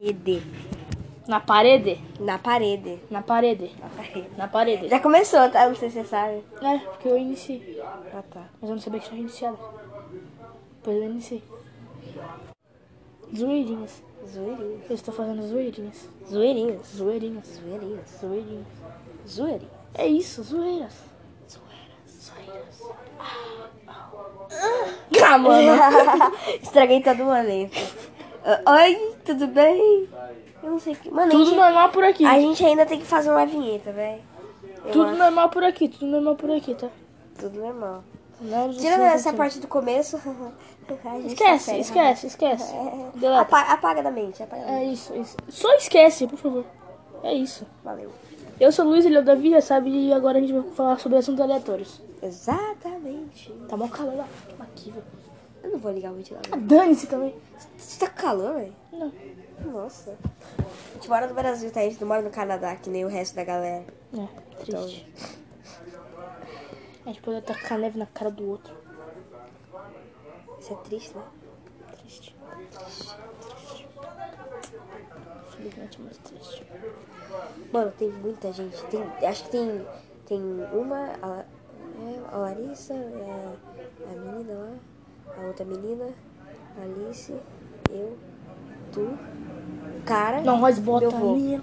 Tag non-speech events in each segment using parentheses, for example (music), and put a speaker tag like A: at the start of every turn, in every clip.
A: Ede.
B: Na parede?
A: Na parede.
B: Na parede.
A: Na parede.
B: Na parede.
A: Já começou, tá? Não sei se você sabe.
B: É, porque eu iniciei.
A: Ah, tá.
B: Mas eu não sabia que tinha iniciado. Depois eu iniciei. Zoeirinhas.
A: Zoeirinhas.
B: Eu estou fazendo zoeirinhas.
A: Zoeirinhas.
B: Zoeirinhas.
A: Zoeirinhas.
B: Zoeirinhas.
A: Zoeirinhas.
B: É isso, zoeiras. Zoeiras.
A: Ah,
B: (laughs)
A: mano. Estraguei todo o momento. Ah, Oi, tudo bem? Eu não sei o que. Mano, a,
B: Tudo
A: gente,
B: normal por aqui.
A: a gente ainda tem que fazer uma vinheta, velho.
B: Tudo normal por aqui, tudo normal por aqui, tá?
A: Tudo normal.
B: Nada de
A: Tirando
B: assim,
A: essa
B: assim.
A: parte do começo. (laughs) a gente
B: Esquece,
A: tá ferrado.
B: esquece, esquece.
A: É,
B: Deleta.
A: apaga, apaga da mente, apaga da
B: É
A: mente.
B: isso, isso. Só esquece, por favor. É isso.
A: Valeu.
B: Eu sou o Luiz, ele é o Davi, já sabe, e agora a gente vai falar sobre assuntos aleatórios.
A: Exatamente.
B: Tá mó calor lá. Aqui, velho.
A: Eu não vou ligar o ventilador.
B: Ah, dane-se também.
A: Você tá com calor, velho?
B: Não.
A: Nossa. A gente mora no Brasil, tá? A gente não mora no Canadá, que nem o resto da galera.
B: É, triste. É, A gente pode atacar neve na cara do outro.
A: Isso é triste, né?
B: Triste. Infelizmente, muito triste.
A: Mano, tem muita gente. Tem, acho que tem, tem uma, a, La- é, a Larissa, é, a menina lá, a outra menina, a Alice, eu, tu, o cara.
B: Não, nós bota
A: meu
B: a
A: vô.
B: minha.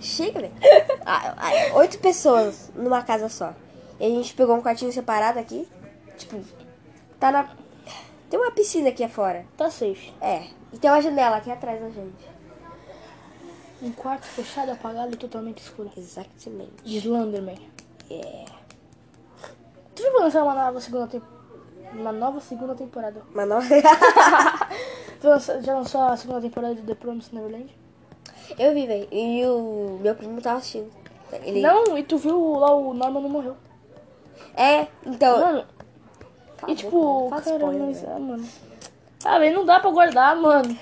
A: Chega, velho. (laughs) Ah, ah, Oito pessoas numa casa só. E a gente pegou um quartinho separado aqui. Tipo, tá na. Tem uma piscina aqui afora.
B: Tá safe.
A: É. E tem uma janela aqui atrás da gente.
B: Um quarto fechado, apagado e totalmente escuro.
A: Exatamente.
B: De Slenderman.
A: É.
B: Tu viu lançar uma nova segunda temporada? Uma nova segunda temporada.
A: Mas não. (laughs)
B: Tu lança- já lançou a segunda temporada de The Promised Neverland?
A: Eu vi, velho. E o meu primo tava assistindo. Ele...
B: Não, e tu viu lá o Norman não morreu.
A: É, então.
B: Mano,
A: Cala
B: e
A: a
B: tipo,
A: boca, não Tá faz
B: cara,
A: spoiler,
B: mas,
A: velho.
B: ah, mano. Ah, velho, não dá pra guardar, mano.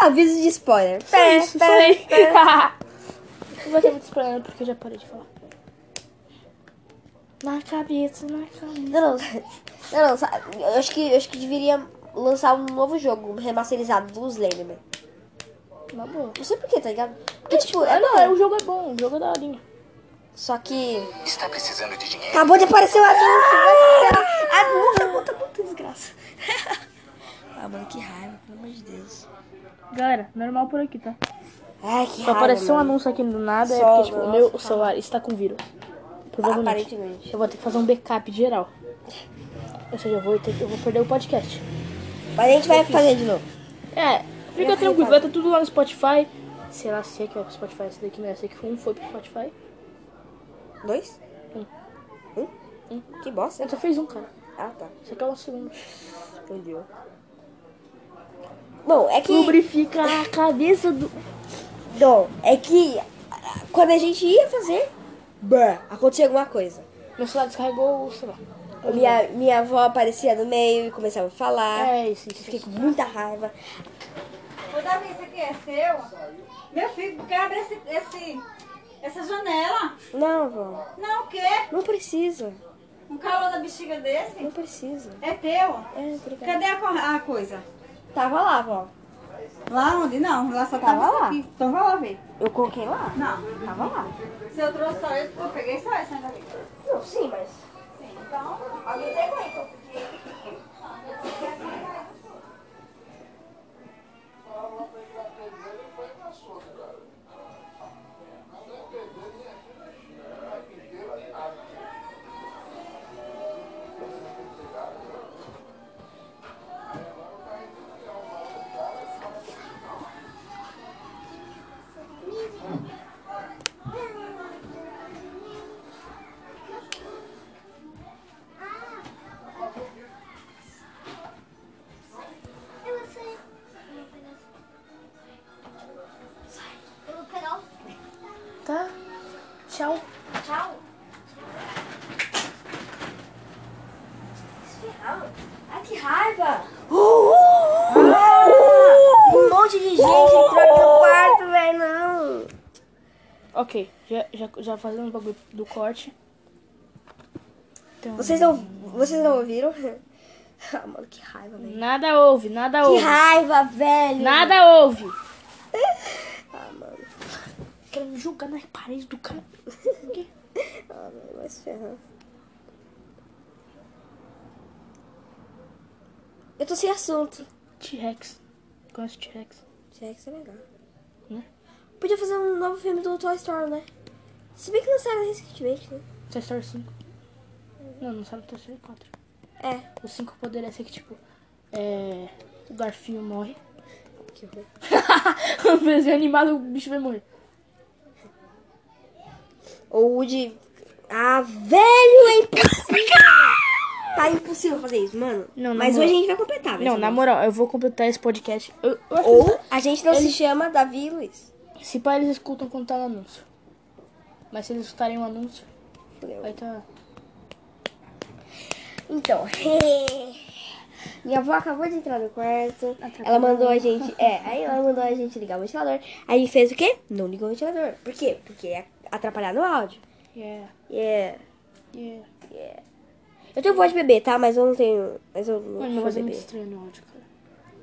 A: Ah, aviso de spoiler.
B: Só
A: Pé,
B: isso,
A: pé,
B: só isso.
A: pé.
B: (laughs) Não vai ter muito spoiler, porque eu já parei de falar. Na cabeça, na cabeça.
A: Não, não. Não, não. sa- Eu acho que, eu acho que deveria lançar um novo jogo remasterizado do Slenderman.
B: Na boa.
A: Não sei porquê, tá ligado? Porque, tipo,
B: Ah,
A: é
B: não, é,
A: bom.
B: o jogo é bom, o jogo é daorinha.
A: Só que.
C: Está precisando de dinheiro?
A: Acabou de aparecer o anúncio. Anúncio, Ah, puta, puta desgraça. (laughs) Ah, mano, que raiva, pelo amor de Deus.
B: Galera, normal por aqui, tá?
A: Ai, que
B: Só
A: raiva.
B: apareceu um
A: mano.
B: anúncio aqui do nada, é
A: Só,
B: porque, tipo, o
A: nossa,
B: meu
A: cara.
B: celular está com vírus. Provavelmente.
A: Aparentemente.
B: Eu vou ter que fazer um backup geral. Ou seja, eu vou, ter, eu vou perder o podcast.
A: Mas a gente vai fazer de novo.
B: É, fica
A: Eu
B: tranquilo,
A: reparo.
B: vai estar tudo lá no Spotify. Sei lá se é que é o Spotify, esse daqui não é, sei que um foi pro Spotify.
A: Dois? Um. Um? Que bosta.
B: Eu só fiz um, cara.
A: Ah, tá.
B: Esse aqui é o segundo.
A: Entendi. Bom, é que.
B: Lubrifica a cabeça do.
A: Não, é que ah, quando a gente ia fazer, brá, acontecia alguma coisa.
B: Meu celular descarregou, sei lá.
A: Minha, minha avó aparecia no meio e começava a falar.
B: É isso,
A: Eu
B: isso,
A: fiquei
B: isso.
A: com muita raiva.
D: Ô, Davi, isso aqui é seu? Meu filho, porque abre esse, esse, essa janela?
A: Não, vó,
D: Não, o quê?
A: não precisa,
D: Um calor da bexiga desse?
A: não precisa.
D: É teu?
A: É, obrigada.
D: Cadê a, co- a coisa?
A: Tava lá, vó.
D: Lá onde? Não, lá só
A: Tava
D: tava isso
A: lá.
D: aqui. Então vai lá ver.
A: Eu coloquei lá.
D: Não,
A: Tava lá.
D: se eu trouxe só esse, eu peguei só esse, né, Davi?
A: Não, sim, mas.
D: Sim, então...
A: Alguém pegou aí, então.
E: Eu sei. Sai. Eu vou pegar o
B: Tá. Tchau.
E: tchau.
A: Ai, que raiva! Ah, um monte de gente entrou aqui no quarto, velho, não.
B: Ok, já, já, já fazendo o bagulho do corte. Então,
A: Vocês não, vocês não ouviram? (laughs) Ah, mano, que raiva, velho.
B: Nada ouve, nada
A: Que
B: ouve.
A: raiva, velho.
B: Nada (laughs) ouve.
A: Ah, mano.
B: Quero me jogar nas paredes do cara.
A: Ah, velho, vai se ferrar. Eu tô sem assunto.
B: T-Rex. Conhece T-Rex?
A: T-Rex é legal.
B: Né?
A: Podia fazer um novo filme do Toy Story, né? Se bem que lançaram recentemente, né?
B: Toy Story 5. Não, não sabe Toy Story 4.
A: É.
B: O 5 poderia ser que, tipo, é... o Garfinho morre. (laughs)
A: Que horror.
B: o desenho animado, o bicho vai morrer.
A: Ou o de... Ah, velho, é impossível. tá impossível fazer isso, mano.
B: Não, na
A: Mas
B: moral.
A: hoje a gente vai completar, velho.
B: Não, na moral, eu vou completar esse podcast. Eu, eu acho
A: Ou a gente não se
B: Ele-
A: chama Davi e Luiz.
B: que se pá, eles escutam quando tá no anúncio. Mas se eles escutarem o anúncio,
A: Fudeu.
B: vai tá...
A: Então, (laughs) minha avó acabou de entrar no quarto.
B: tá
A: Ela mandou a gente. É, aí ela mandou a gente ligar o ventilador. A gente fez o quê? Não ligou o ventilador. Por quê? Porque ia atrapalhar no áudio. é-
B: Yeah,
A: Yeah.
B: yeah.
A: Eu tenho voz de bebê, tá? Mas eu não tenho. Mas eu não
B: Mano, minha
A: sou
B: voz é muito
A: bebê.
B: estranha no áudio, cara.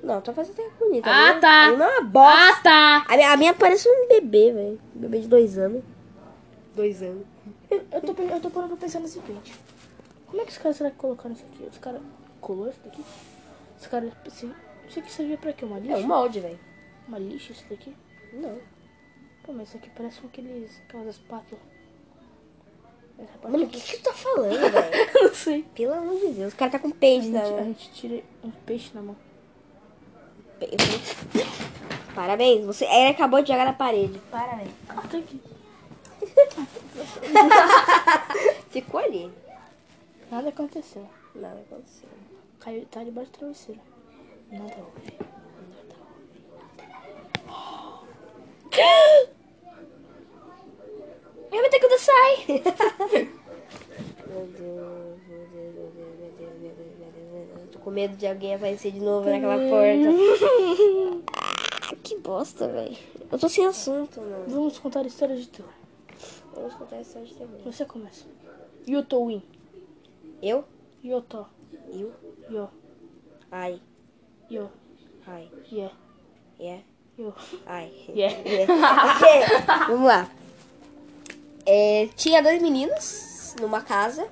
A: Não, tua voz até é bonita.
B: Ah,
A: A minha-
B: tá.
A: a minha é uma bosta.
B: Ah, tá!
A: A minha, a minha parece um bebê, velho. Um Bebê de dois anos. Dois anos.
B: Eu, eu, tô, pe- eu tô parando pra pensar no seguinte. Como é que os caras será que colocaram isso aqui? Os caras colou isso daqui? Os caras... se- Isso aqui servia pra quê? Uma lixa?
A: É um molde, velho.
B: Uma lixa isso daqui?
A: Não.
B: Pô, mas isso aqui parece um aqueles... Aquelas espátulas. Essa parte
A: Mano, o que, que tu tá falando, velho? (laughs)
B: Eu não sei.
A: Pelo amor de Deus, o cara tá com
B: A
A: pente
B: gente,
A: na
B: a
A: mão.
B: gente tira um peixe na mão.
A: Pe- (laughs) Parabéns, você ele acabou de jogar na parede. Parabéns.
B: Ah, tá aqui.
A: Ficou ali.
B: Nada aconteceu.
A: Nada aconteceu.
B: Caiu, tá debaixo do travesseiro. Nada houve.
A: Eu vou ter que dançar. meu Deus, meu Deus, meu Deus, meu Deus, meu Deus, meu Deus, meu Deus. Tô com medo de alguém aparecer de novo naquela (laughs) porta. que bosta, velho. Eu tô sem assunto, mano.
B: Vamos contar histórias de terror.
A: Vamos contar a história de terror.
B: Você começa. Yoto Win.
A: Eu?
B: Yoto.
A: Eu?
B: Yo.
A: Ai.
B: Yo.
A: Ai.
B: Yeah.
A: Yeah. (laughs)
B: Yo.
A: Ai.
B: Yeah.
A: Yeah. Vamos lá. É, tinha dois meninos numa casa.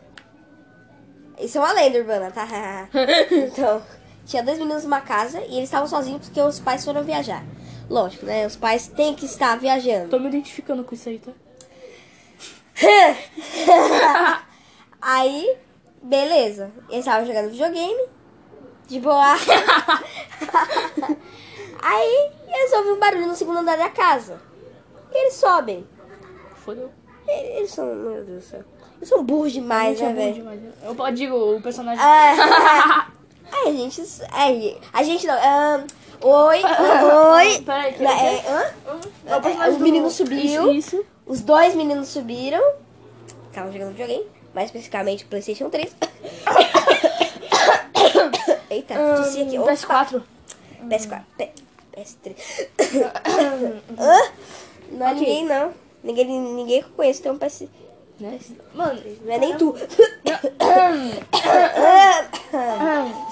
A: Isso é uma lenda urbana, tá? então, tinha dois meninos numa casa e eles estavam sozinhos porque os pais foram viajar. Lógico, né? Os pais têm que estar viajando.
B: Tô me identificando com isso aí, tá?
A: Aí, beleza. Eles estavam jogando videogame. De
B: (laughs)
A: boa. Aí, eles ouvem um barulho no segundo andar da casa. E eles sobem.
B: Fodeu.
A: Eles são, meu Deus do céu. Eles são burros demais,
B: Gente, é
A: né,
B: bom
A: velho?
B: demais, né? Eu eu digo, o personagem.
A: Ah,
B: (laughs)
A: Ai, a gente. Ai, a gente não. ahn,
B: (laughs)
A: oi, oi.
B: Peraí, que-
A: Na- é, hã?
B: É o personagem
A: O
B: do-
A: menino subiu.
B: Isso, isso.
A: Os dois meninos subiram. Estavam jogando videogame. Mais especificamente o PlayStation 3. (coughs) Eita, tossi aqui.
B: Hum,
A: Opa,
B: PS4.
A: PS4. P- (coughs) PS3. Hã? Não é
B: Ok.
A: ninguém, não. Ninguém, ninguém que eu conheço tem um PS3.
B: Né? Mano.
A: Não é nem tu. (coughs)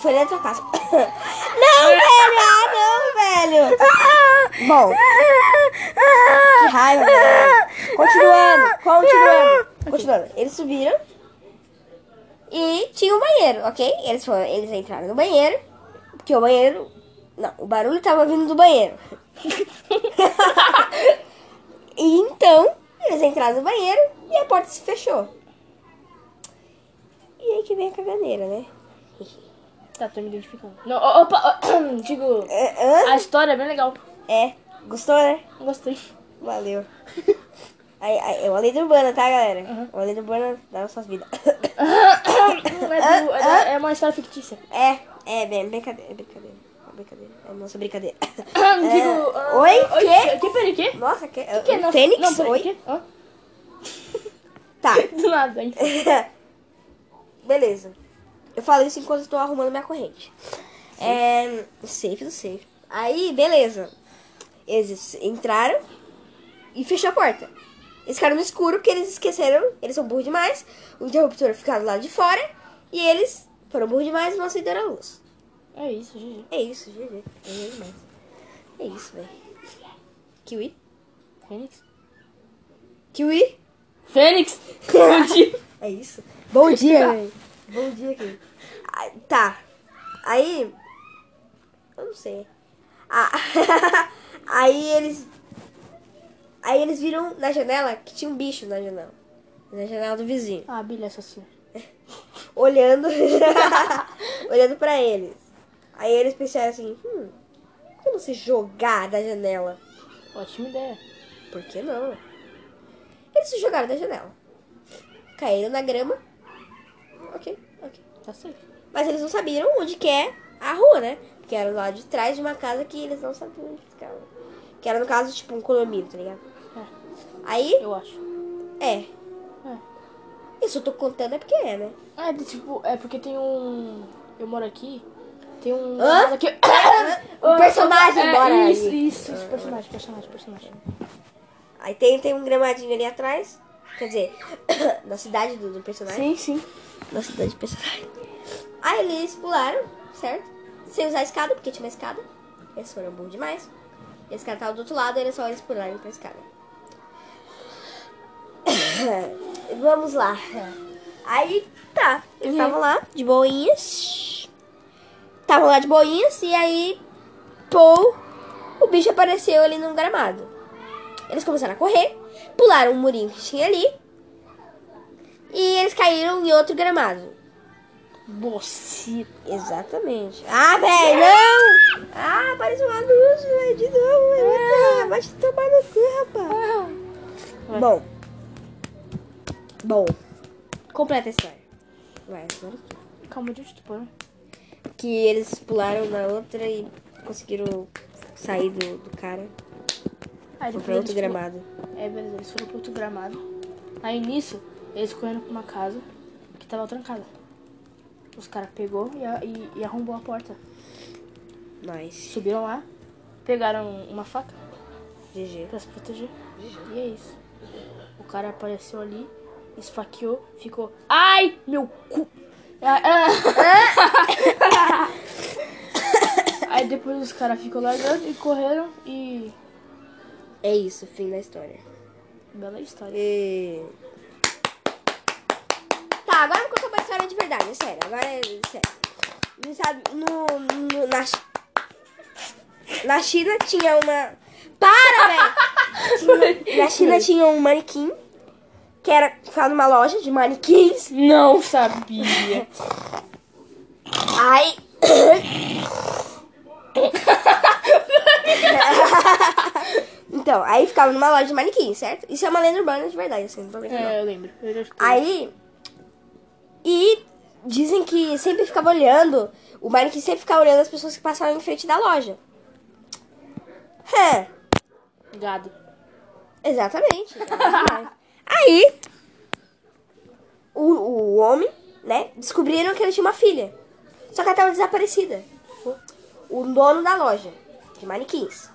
A: Foi dentro da casa. (coughs) Não, velho! Ah, não, velho! (coughs) Bom. Que raiva, velho. Continuando, (coughs) continuando, continuando. Eles subiram. E tinha um banheiro, ok? Eles, foram, eles entraram no banheiro. Porque o banheiro. Não, o barulho tava vindo do
B: (laughs)
A: banheiro. (laughs) e então, eles entraram no banheiro e a porta se fechou. E aí que vem a caganeira, né?
B: Tá, tô me identificando. Não, o- opa, (clears throat) digo,
A: É, hã?
B: a história é bem legal.
A: É, gostou, né?
B: (coughs) Gostei. (laughs)
A: Valeu. Aí, aí, é uma lenda urbana, tá, galera?
B: Uhum.
A: É uma lenda urbana das nossas vidas. (coughs)
B: Não é, do- é da- (coughs) é uma história fictícia.
A: É, é bem, brincadeira. É brincadeira. É brincadeira. É nossa brincadeira.
B: (coughs) Digo,
A: É,
B: ah,
A: oi,
B: que? Que, peraí, que?
A: Nossa, que,
B: Que é
A: um
B: nossa-
A: Fênix?
B: Não, peraí,
A: oi?
B: que? é Hã?
A: Tá. (laughs)
B: (laughs) Do nada, (laughs) hein?
A: Beleza. Eu falo isso enquanto eu tô arrumando minha corrente. É. Safe do safe. Aí, beleza. Eles entraram e fechou a porta. Eles ficaram no escuro porque eles esqueceram. Eles são burros demais. O interruptor ficava do lado de fora. E eles Foram burros demais e não acenderam a luz.
B: É isso, GG.
A: É isso, GG. GG demais. É isso, velho. Kiwi?
B: Fênix? (laughs)
A: Kiwi?
B: Fênix! Bom dia!
A: É isso. Bom dia, velho. Bom dia, Kiwi. Ah, tá. Aí. Eu não sei. Ah, (laughs) aí eles. Aí eles viram na janela que tinha um bicho na janela. Na janela do vizinho.
B: Ah, Billy assassino.
A: olhando (laughs) olhando para eles. Aí eles pensaram assim, hum, por que não se jogar da janela?
B: Ótima ideia.
A: Por que não? Eles se jogaram da janela. Caíram na grama. Ok, ok.
B: Tá certo.
A: Mas eles não sabiam onde que é a rua, né? Que era lá de trás de uma casa que eles não sabiam onde ficava. Que era, no caso, tipo um condomínio, tá ligado?
B: É,
A: Aí,
B: eu acho.
A: é.
B: É.
A: Isso eu tô contando é porque é, né?
B: Ah, é de, tipo, é porque tem um. Eu moro aqui. Tem um.
A: Hã?
B: (coughs) Aqui...
A: O personagem,
B: Ah, é,
A: bora
B: Isso,
A: aí.
B: isso, isso. Personagem, personagem, personagem.
A: Aí tem, tem um gramadinho ali atrás. Quer dizer, (coughs) na cidade do, do personagem.
B: Sim, sim.
A: Na cidade do personagem. Aí eles pularam, certo? Sem usar a escada, porque tinha uma escada. Eles foram burros demais. E a escada tava do outro lado, era só eles pularem pra escada. (coughs) Vamos lá. Aí tá, eles
B: Uhum.
A: estavam lá de boinhas. Estavam lá de boinhas e aí, pô, o bicho apareceu ali no gramado. Eles começaram a correr, pularam um murinho que tinha ali e eles caíram em outro gramado.
B: Você.
A: Exatamente. Ah, velho, não! Ah, parece uma luz, velho, né? de novo, é velho. Vai te tomar no cu, rapaz.
B: Vai.
A: Bom. Bom. Completa a história. Vai, agora tu.
B: Calma de estupor.
A: Que eles pularam na outra e conseguiram sair do, do cara. Foi
B: Aí depois
A: pra outro
B: eles-
A: gramado.
B: É, beleza, eles foram pro outro gramado. Aí nisso, eles correram pra uma casa que tava trancada. Os caras pegou e, a- e, e arrombou a porta.
A: Nice.
B: Subiram lá, pegaram uma faca
A: GG.
B: pra se proteger. E é isso. O cara apareceu ali, esfaqueou, ficou. Ai, meu cu! (laughs) Ah, ah. Aí depois os caras ficam largando e correram e.
A: É isso, fim da história.
B: Bela história.
A: E... Tá, agora me conta uma história de verdade, é sério. Agora é sério. Não sabe, no, no- na, Chi- na China tinha uma. Para, velho! Tinha- Na China tinha um manequim que era ficava numa loja de manequins.
B: Não sabia.
A: Ai! (laughs) então, aí ficava numa loja de manequins, certo? Isso é uma lenda urbana de verdade, assim, não tô brincando, não.
B: é, eu lembro. Eu já escutei.
A: Aí. E dizem que sempre ficava olhando. O manequim sempre ficava olhando as pessoas que passavam em frente da loja. É,
B: Gado.
A: exatamente. Aí. O, o homem, né? Descobriram que ele tinha uma filha. Só que ela estava desaparecida. O dono da loja de manequins.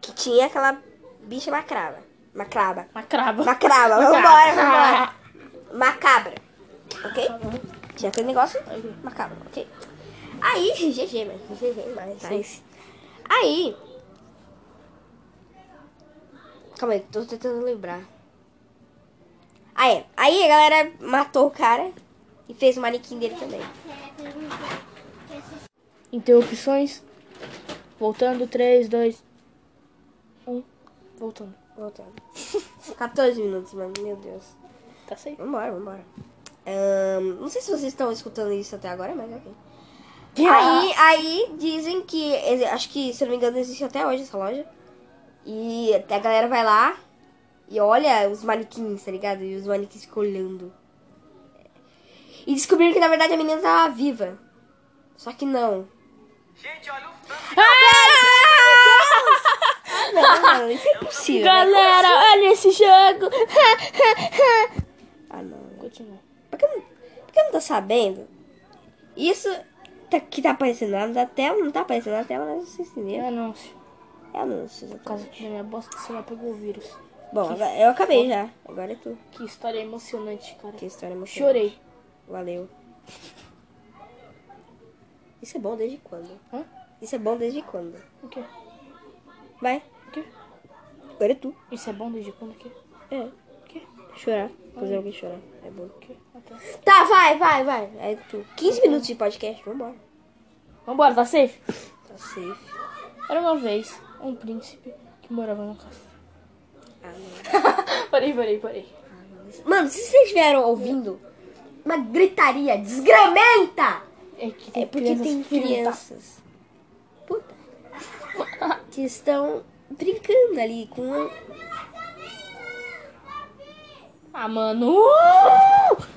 A: Que tinha aquela bicha macrava. Macraba.
B: Macraba.
A: Macraba, vambora, vambora. Macabra. Ok? Tinha aquele negócio macabro, ok? Aí, GG, mas GG, mas. mas- Aí. Calma aí, tô tentando lembrar. Ah, é. Aí a galera matou o cara e fez o manequim dele também.
B: Interrupções. Voltando. 3, 2, 1. Voltando.
A: Voltando. (laughs) 14 minutos, mano, meu Deus.
B: Tá certo.
A: Vambora, vambora. Ahn, não sei se vocês estão escutando isso até agora, mas ok.
B: Ah.
A: Aí, aí dizem que. exi- Acho que, se eu não me engano, existe até hoje essa loja. E até a galera vai lá e olha os manequins, tá ligado? E os manequins ficam olhando. E descobriram que na verdade a menina tava viva. Só que não. Gente, olha o tanto. Ah, não, mano, isso é impossível. né?
B: Galera, olha esse jogo.
A: Ah, não.
B: Continua.
A: Por que, não- por que não tá sabendo? Isso tá- que tá aparecendo lá na tela, não tá aparecendo na tela, mas vocês entenderam.
B: É anúncio.
A: É anúncio,
B: Por causa que na minha bosta você celular pegou o vírus.
A: Bom, agora- eu acabei já. Agora é tu. é
B: Que história emocionante, cara.
A: Que história emocionante.
B: Chorei.
A: Valeu. Isso é bom desde quando?
B: Hã?
A: Isso é bom desde quando?
B: O quê?
A: Vai,
B: O quê?
A: agora é tu.
B: Isso é bom desde quando aqui?
A: É.
B: O quê?
A: Chorar. Fazer alguém chorar. É bom.
B: O quê? Ah, tá.
A: Tá, vai, vai, vai. É tu. 15 minutos de podcast, vambora.
B: Vambora, tá safe?
A: Tá safe.
B: Era uma vez um príncipe que morava num castelo.
A: Ah, não.
B: parei, parei, parei.
A: Mano, se vocês estiveram ouvindo uma gritaria desgramenta,
B: É, que tá.
A: é porque tem crianças. Puta. Que estão brincando ali com uma...
B: Ah, mano.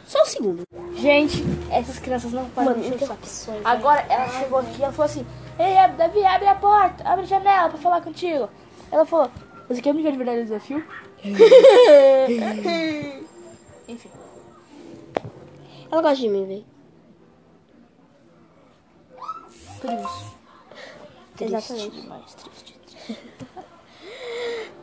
A: Só um segundo.
B: Gente, essas crianças não param
A: Mano,
B: de encher o saco.
A: interrupções, né?
B: Agora ela chegou aqui e ela falou assim: Ei, abre, Davi, abre a porta, abre a janela pra falar contigo. Ela falou: Você quer me ver de verdade no desafio? (laughs) Enfim,
A: Ela gosta de mim, velho.
B: tudo isso.
A: Exatamente.
B: Demais, triste. triste.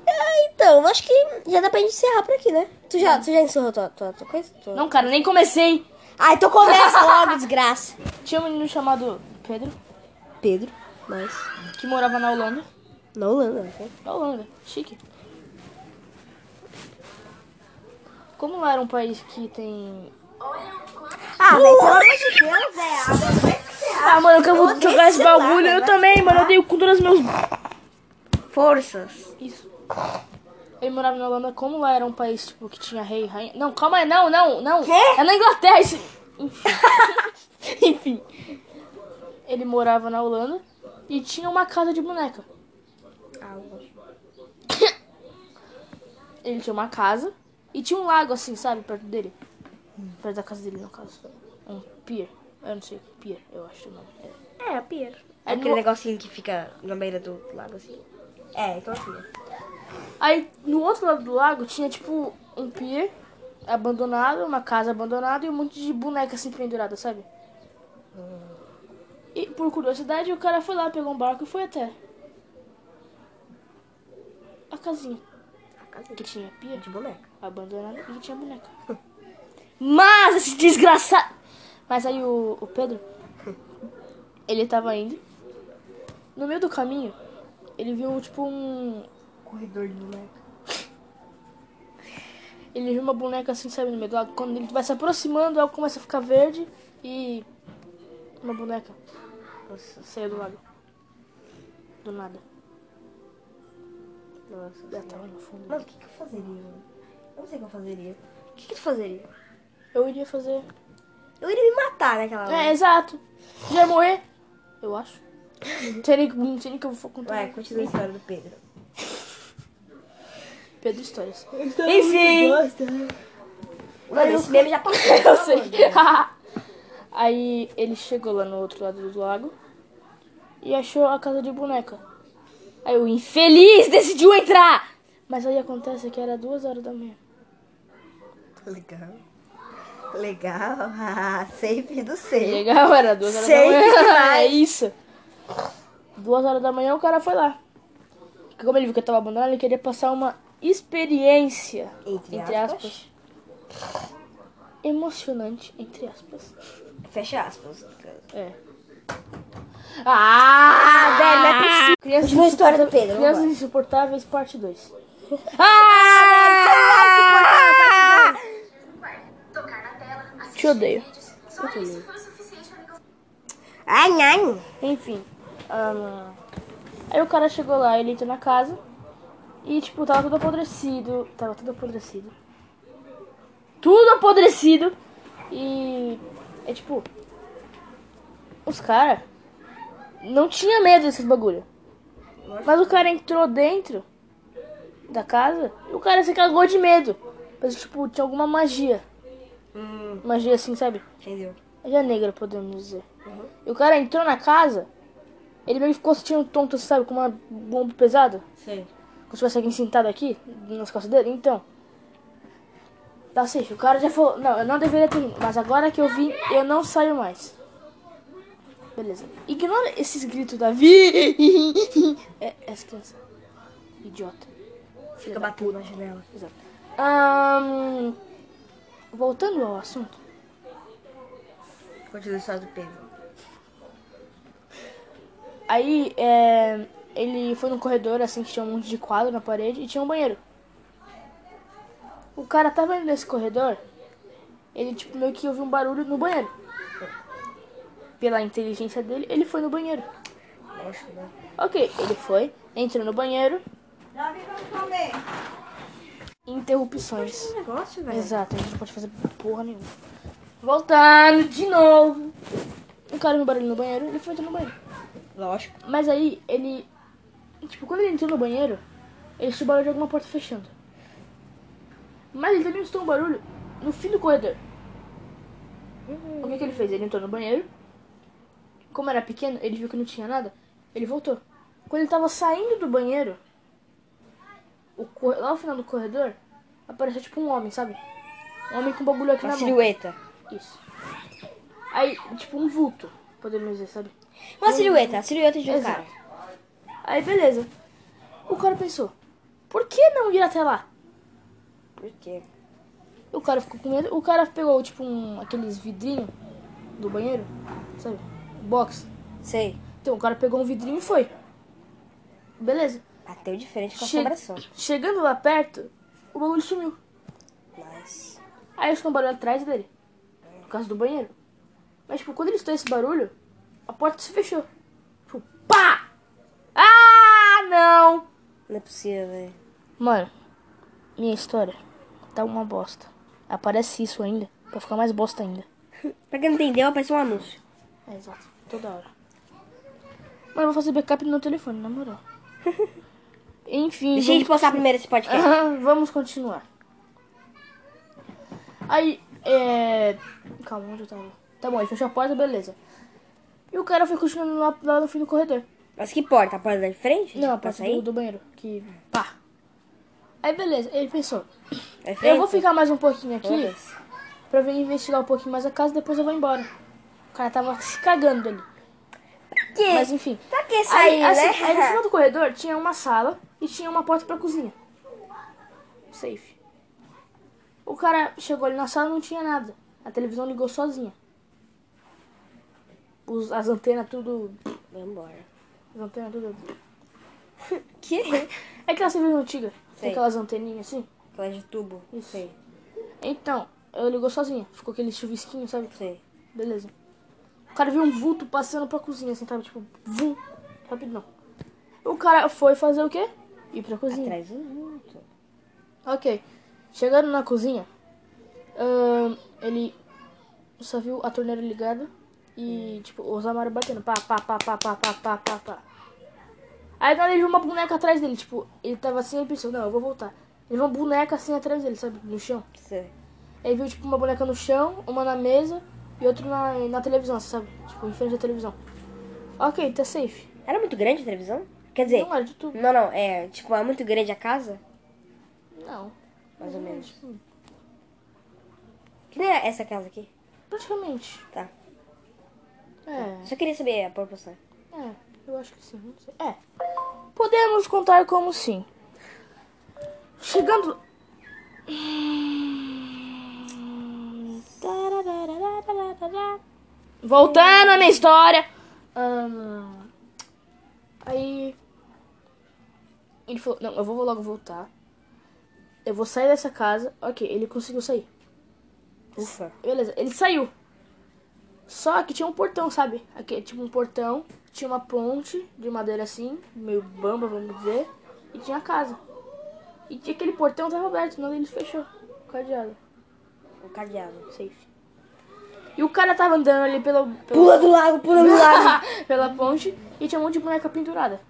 A: Ah, então, acho que já dá pra gente encerrar por aqui, né? Tu já, tu já encerrou tua, tua, tua coisa? Tua...
B: Não, cara, nem comecei.
A: Ah, então começa logo, desgraça.
B: Tinha um menino chamado Pedro
A: Pedro, mas
B: que morava na Holanda.
A: na Holanda, né?
B: Da Holanda, chique. Como lá era um país que tem.
A: Ah, velho, pelo amor de Deus, é, velho.
B: Ah, mano, que eu vou jogar esse
A: sei lá,
B: bagulho.
A: né?
B: Eu também, mano, eu dei com todos os meus.
A: (laughs) Forças.
B: Isso. Ele morava na Holanda, como lá era um país, tipo, que tinha rei, rainha. Não, calma aí, não, não, não. É na Inglaterra (laughs) isso. Enfim. Enfim. Ele morava na Holanda e tinha uma casa de boneca.
A: Ah,
B: (coughs) Ele tinha uma casa e tinha um lago assim, sabe, perto dele. Perto da casa dele, no caso. Um pier. Eu não sei, pier, eu acho o nome. É.
A: É, a pia.
B: Aí
A: Aquele
B: no-
A: negocinho que fica na beira do lago, assim. É, então assim.
B: Aí no outro lado do lago tinha tipo um pier abandonado, uma casa abandonada e um monte de boneca assim pendurada, sabe? E por curiosidade o cara foi lá, pegou um barco e foi até. A casinha
A: A casa
B: que tinha pier
A: de boneca.
B: abandonada e que tinha boneca. Mas esse desgraçado. Mas aí o, o Pedro, ele tava indo. No meio do caminho, ele viu tipo um,
A: Corredor de boneca.
B: Ele viu uma boneca assim, sabe, no meio do lago. Quando ele vai se aproximando, ela começa a ficar verde e. Uma boneca
A: Nossa,
B: saiu do lago. Do nada.
A: nossa.
B: Ela tava no fundo.
A: Mano, o que, que eu fazeria? mano? Eu não sei o que eu fazeria. O que, que tu fazeria?
B: Eu iria fazer.
A: Eu iria me matar naquela hora.
B: É, exato. Já ia morrer? Eu acho. Não sei nem, não sei nem o que eu vou contar.
A: Vai, continua a história do Pedro.
B: Pedro Histórias.
A: Tá Enfim. Mano, esse meme já passou. (laughs)
B: Eu sei. (laughs) Aí ele chegou lá no outro lado do lago e achou a casa de boneca. Aí o infeliz decidiu entrar! Mas aí acontece que era duas horas da manhã.
A: Legal. Legal. (laughs) Ah, Sempre do ser.
B: Legal, era duas horas
A: Sei
B: da manhã. (laughs) É
A: demais.
B: isso. Duas horas da manhã o cara foi lá. Como ele viu que eu tava abandonado, ele queria passar uma experiência.
A: Entre aspas.
B: Emocionante, entre aspas.
A: Fecha aspas. Velho,
B: É. Ah,
A: não é possível.
B: Crianças
A: Continua a história do
B: insuportáveis-
A: Pedro,
B: Crianças
A: vambora.
B: Insuportáveis, parte 2.
A: Ah, tá
E: Tocar na tela, assistir
B: Te odeio.
E: vídeos. Só isso foi o suficiente pra me
A: Ai, não.
B: Enfim. ahn, aí o cara chegou lá, ele entrou na casa. E, tipo, tava tudo apodrecido. Tava tudo apodrecido. Tudo apodrecido. E. É tipo. Os caras. Não tinha medo desses bagulho. Mas o cara entrou dentro da casa e o cara se cagou de medo. Mas, tipo, tinha alguma magia.
A: Hum,
B: Magia assim, sabe?
A: entendeu?
B: Magia negra, é podemos dizer.
A: Uhum.
B: E o cara entrou na casa, ele meio que ficou sentindo tonto, sabe? Com uma bomba pesada.
A: Sei.
B: Como se tivesse alguém sentado aqui, nas costas dele. Então. Tá safe. O cara já falou. Não, eu não deveria ter ido. Mas agora que eu vim, eu não saio mais. Beleza. Ignora esses gritos, Davi. (laughs) é, essa criança. Idiota.
A: Fica batendo na janela.
B: Exato. Ahn, voltando ao assunto.
A: Continua a história do Pedro.
B: Aí é, ele foi no corredor, assim, que tinha um monte de quadro na parede e tinha um banheiro. O cara tava indo nesse corredor, ele tipo meio que ouviu um barulho no banheiro. Pela inteligência dele, ele foi no banheiro.
A: Nossa, né?
B: Ok, ele foi, entrou no banheiro,
D: Dá uma vamos comer.
B: interrupções.
A: Que negócio, velho.
B: Exato, a gente não pode fazer porra nenhuma. Voltando de novo. O cara viu barulho no banheiro, ele foi entrar no banheiro.
A: Lógico.
B: Mas aí ele. Tipo, quando ele entrou no banheiro, ele escutou o barulho de alguma porta fechando. Mas ele também escutou um barulho no fim do corredor. O que, que ele fez? Ele entrou no banheiro. Como era pequeno, ele viu que não tinha nada. Ele voltou. Quando ele tava saindo do banheiro, o cor- lá no final do corredor, apareceu tipo um homem, sabe? Um homem com um bagulho aqui
A: Uma
B: na mão.
A: silhueta.
B: Isso. Aí, tipo um vulto, podemos dizer, sabe?
A: Uma silhueta. A silhueta de um
B: Exato.
A: cara.
B: Aí, beleza. O cara pensou, por que não ir até lá?
A: Por quê?
B: O cara ficou com medo. O cara pegou, tipo, um, aqueles vidrinhos do banheiro, sabe? Box.
A: Sei.
B: Então, o cara pegou um vidrinho e foi. Beleza.
A: Bateu de frente com a
B: Che-
A: assombração.
B: Chegando lá perto, o bagulho sumiu.
A: Mas...
B: Aí eu estou um barulho atrás dele. Por causa do banheiro. Mas, tipo, quando ele escutou esse barulho, a porta se fechou. Tipo, pá! Ah, não!
A: Não é possível, velho.
B: Mano, minha história tá uma bosta. Aparece isso ainda, pra ficar mais bosta ainda.
A: Pra quem não entendeu, apareceu um anúncio.
B: É, exato. Toda hora. Mano, eu vou fazer backup no meu telefone, na
A: (laughs)
B: moral. Enfim,
A: Deixa a gente
B: vamos...
A: postar
B: (laughs)
A: primeiro esse podcast.
B: vamos continuar. Aí, é... Calma, onde eu tava? Tá bom, ele fechou a porta, beleza. E o cara foi continuando lá, lá no fim do corredor.
A: Mas que porta? A porta da de frente?
B: Não, a
A: pra
B: porta do,
A: sair?
B: do banheiro, que... Pá! Aí, beleza, ele pensou...
A: É
B: Eu vou
A: frente?
B: ficar mais um pouquinho aqui...
A: Foda-se.
B: pra vir investigar um pouquinho mais a casa depois eu vou embora. O cara tava se cagando ali.
A: Que?
B: Mas enfim.
A: Pra que sair,
B: aí, assim,
A: né?
B: aí no final do corredor tinha uma sala e tinha uma porta pra cozinha. Safe. O cara chegou ali na sala e não tinha nada. A televisão ligou sozinha. Os- as antenas tudo.
A: Vambora.
B: As antenas tudo.
A: Que?
B: É aquela televisão antiga.
A: Sei.
B: Tem aquelas anteninhas assim.
A: Aquela de tubo? Não sei.
B: Então, ela ligou sozinha. Ficou aquele chuvisquinho, sabe?
A: Sei.
B: Beleza. O cara viu um vulto passando pra cozinha, assim, sabe? Tipo, vum, rapidão. O cara foi fazer o quê? Ir pra cozinha.
A: Traz o junto.
B: Ok. Chegando na cozinha, ahn, ele só viu a torneira ligada e, tipo, os armários batendo. Pá, pá, pá, pá, pá, pá, pá, pá, pá. Aí, quando ele viu uma boneca atrás dele, tipo, ele tava assim, ele pensou, não, eu vou voltar. Ele viu uma boneca assim atrás dele, sabe? No chão.
A: Sei.
B: Ele viu, tipo, uma boneca no chão, uma na mesa e outra na, na televisão, sabe? Tipo, em frente da televisão. Ok, tá safe.
A: Era muito grande a televisão? Quer dizer...
B: Não era de tudo.
A: Não, não. É, tipo, é muito grande a casa?
B: Não.
A: Mais ou menos. Que nem essa casa aqui.
B: Praticamente.
A: Tá.
B: É.
A: Só queria saber a proporção.
B: É. Eu acho que sim. Não sei. É. Podemos contar como sim. Chegando. Voltando à minha história. Ahn, aí. Ele falou: Não, eu vou logo voltar. Eu vou sair dessa casa. Ok, ele conseguiu sair.
A: Ufa.
B: Beleza, ele saiu. Só que tinha um portão, sabe? Aqui, tipo um portão, tinha uma ponte de madeira assim, meio bamba, vamos dizer, e tinha a casa. E tinha aquele portão tava aberto, não ele fechou. Cadeado,
A: O Um cadeado.
B: safe. E o cara tava andando ali pelo, pelo-
A: Pula do lago, pula do lago.
B: (laughs) pela ponte e tinha um monte de boneca pendurada.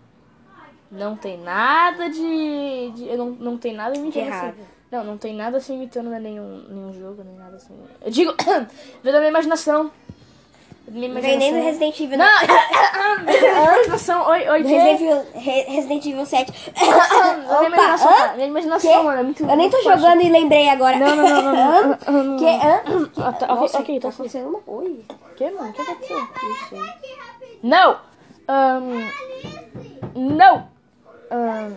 B: Não tem nada de. de- eu não, não tem nada imitando
A: errado.
B: assim. Não, não tem nada assim imitando né, nenhum, nenhum jogo, nem nada assim. Eu digo, (coughs) veio da minha imaginação. Da Minha
A: Não vem nem do Resident Evil.
B: Não! (coughs) Veio da minha imaginação. Oi, oi,
A: Do
B: Jay. (coughs)
A: Resident Evil, Re- Resident Evil 7.
B: Da
A: (coughs)
B: Minha
A: Opa,
B: imaginação,
A: hã?
B: cara, minha imaginação, mano. É muito,
A: Eu nem tô
B: muito forte.
A: jogando e lembrei agora.
B: (coughs) Não, não, não,
A: (coughs)
B: não, não.
A: Hã? Que? Hã?
B: (coughs) Ah, tá, ok,
A: Nossa,
B: ok, tá
A: tá
B: assim.
A: acontecendo uma coisa.
B: O que, mano? O que aconteceu?
A: Isso.
B: Não! Ahn, não! Ahn,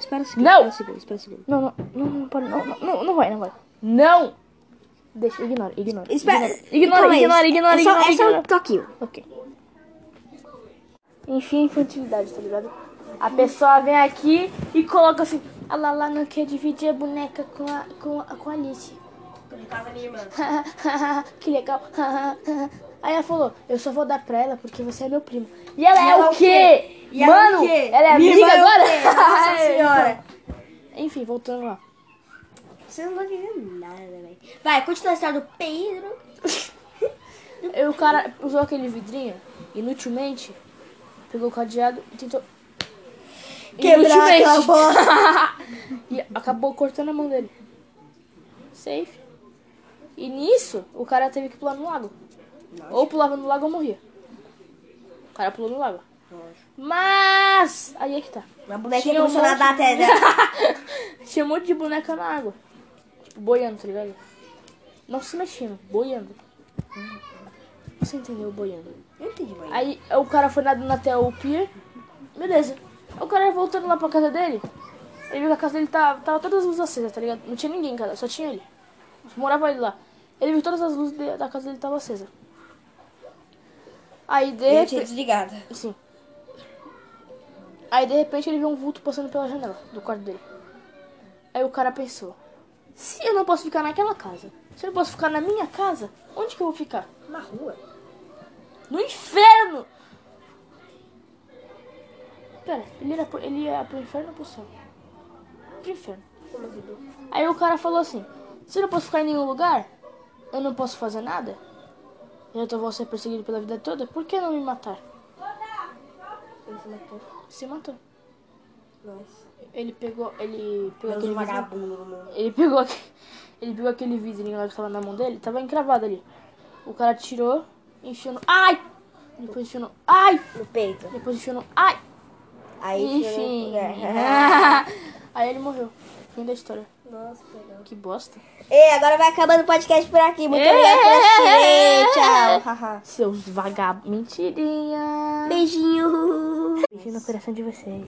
A: Espera um segundo. Espera
B: Não.
A: um segundo, espera um segundo.
B: Não, não, não, não, para, não, não, não, não vai, não vai. Não! Deixa, ignora, ignora.
A: Espera. então é
B: Ignora,
A: Calma aí.
B: ignora, ignora,
A: É só-
B: ignora,
A: É só
B: ignora.
A: um toquinho.
B: Ok. enfia a infantilidade, tá ligado? A pessoa vem aqui e coloca assim, a Lala não quer dividir a boneca com a, com a, com a Alice.
C: Por causa minha irmã.
B: (laughs) que legal. Aí ela falou, eu só vou dar pra ela porque você é meu primo. E ela, é, o quê?
C: E ela
B: Mano,
C: o quê?
B: ela é
C: Minha
B: amiga
C: irmã é o
B: agora? Então,
C: quê?
B: (laughs)
C: Nossa senhora.
B: Enfim, voltando lá.
C: Você não tá entendendo nada, velho. Vai, continua a história do Pedro.
B: E o cara usou aquele vidrinho, inutilmente, pegou o cadeado e tentou.
C: Quebrar aquela
B: (laughs) e acabou cortando a mão dele. Safe. E nisso, o cara teve que pular no lago. Ou pulava no lago ou morria. O cara pulou no lago. Mas. Aí é que tá. (laughs)
C: Uma bonequinha
B: Tinha um
C: começou a
B: monte-
C: nadar até, né?
A: (laughs)
B: Tinha um monte de boneca na água. Tipo, boiando, tá ligado? Não se mexendo, boiando. Você entendeu boiando?
C: Eu entendi, mãe.
B: Aí o cara foi nadando até o pier. Beleza. Aí o cara voltando lá pra casa dele. Ele viu que a casa dele tá, tava, tava todas as luzes acesas, tá ligado? Não tinha ninguém em casa, só tinha ele. Só morava ele lá. Ele viu que todas as luzes de- da casa dele estavam acesas. Aí de
C: Eu tinha
B: repente.
C: desligado.
B: Sim. Assim. Aí de repente ele viu um vulto passando pela janela do quarto dele. Aí o cara pensou: se eu não posso ficar naquela casa, se eu não posso ficar na minha casa, onde que eu vou ficar?
C: Na rua.
B: No inferno! Pera, ele, era, pro- ele ia pro inferno ou pro céu? Pro inferno.
C: assim,
B: Aí o cara falou assim: Se eu não posso ficar em nenhum lugar, eu não posso fazer nada. Eu tô vou ser perseguido pela vida toda, por que não me matar?
C: Ele se matou.
B: Se matou.
C: Nossa.
B: Ele pegou. Ele pegou
C: Menos um
B: aquele vidrinho.
C: vagabundo no mundo.
B: Ele pegou, aque- ele pegou aquele vidrinho lá que tava na mão dele, tava encravado ali. O cara tirou, enfiou no. Ai! Depois enfiou no. Ai!
C: No peito.
B: Depois enfiou no. Ai!
C: Aí
B: Enfim.
C: tirou-
B: (laughs) Aí ele morreu. Fim da história.
C: Nossa, legal.
B: Que bosta.
C: Ei, agora vai acabando o podcast por aqui. Muito obrigada por assistir. Tchau. Haha.
B: Seus vagabundos. Mentirinha.
C: Beijinho.
B: Beijo no coração de vocês.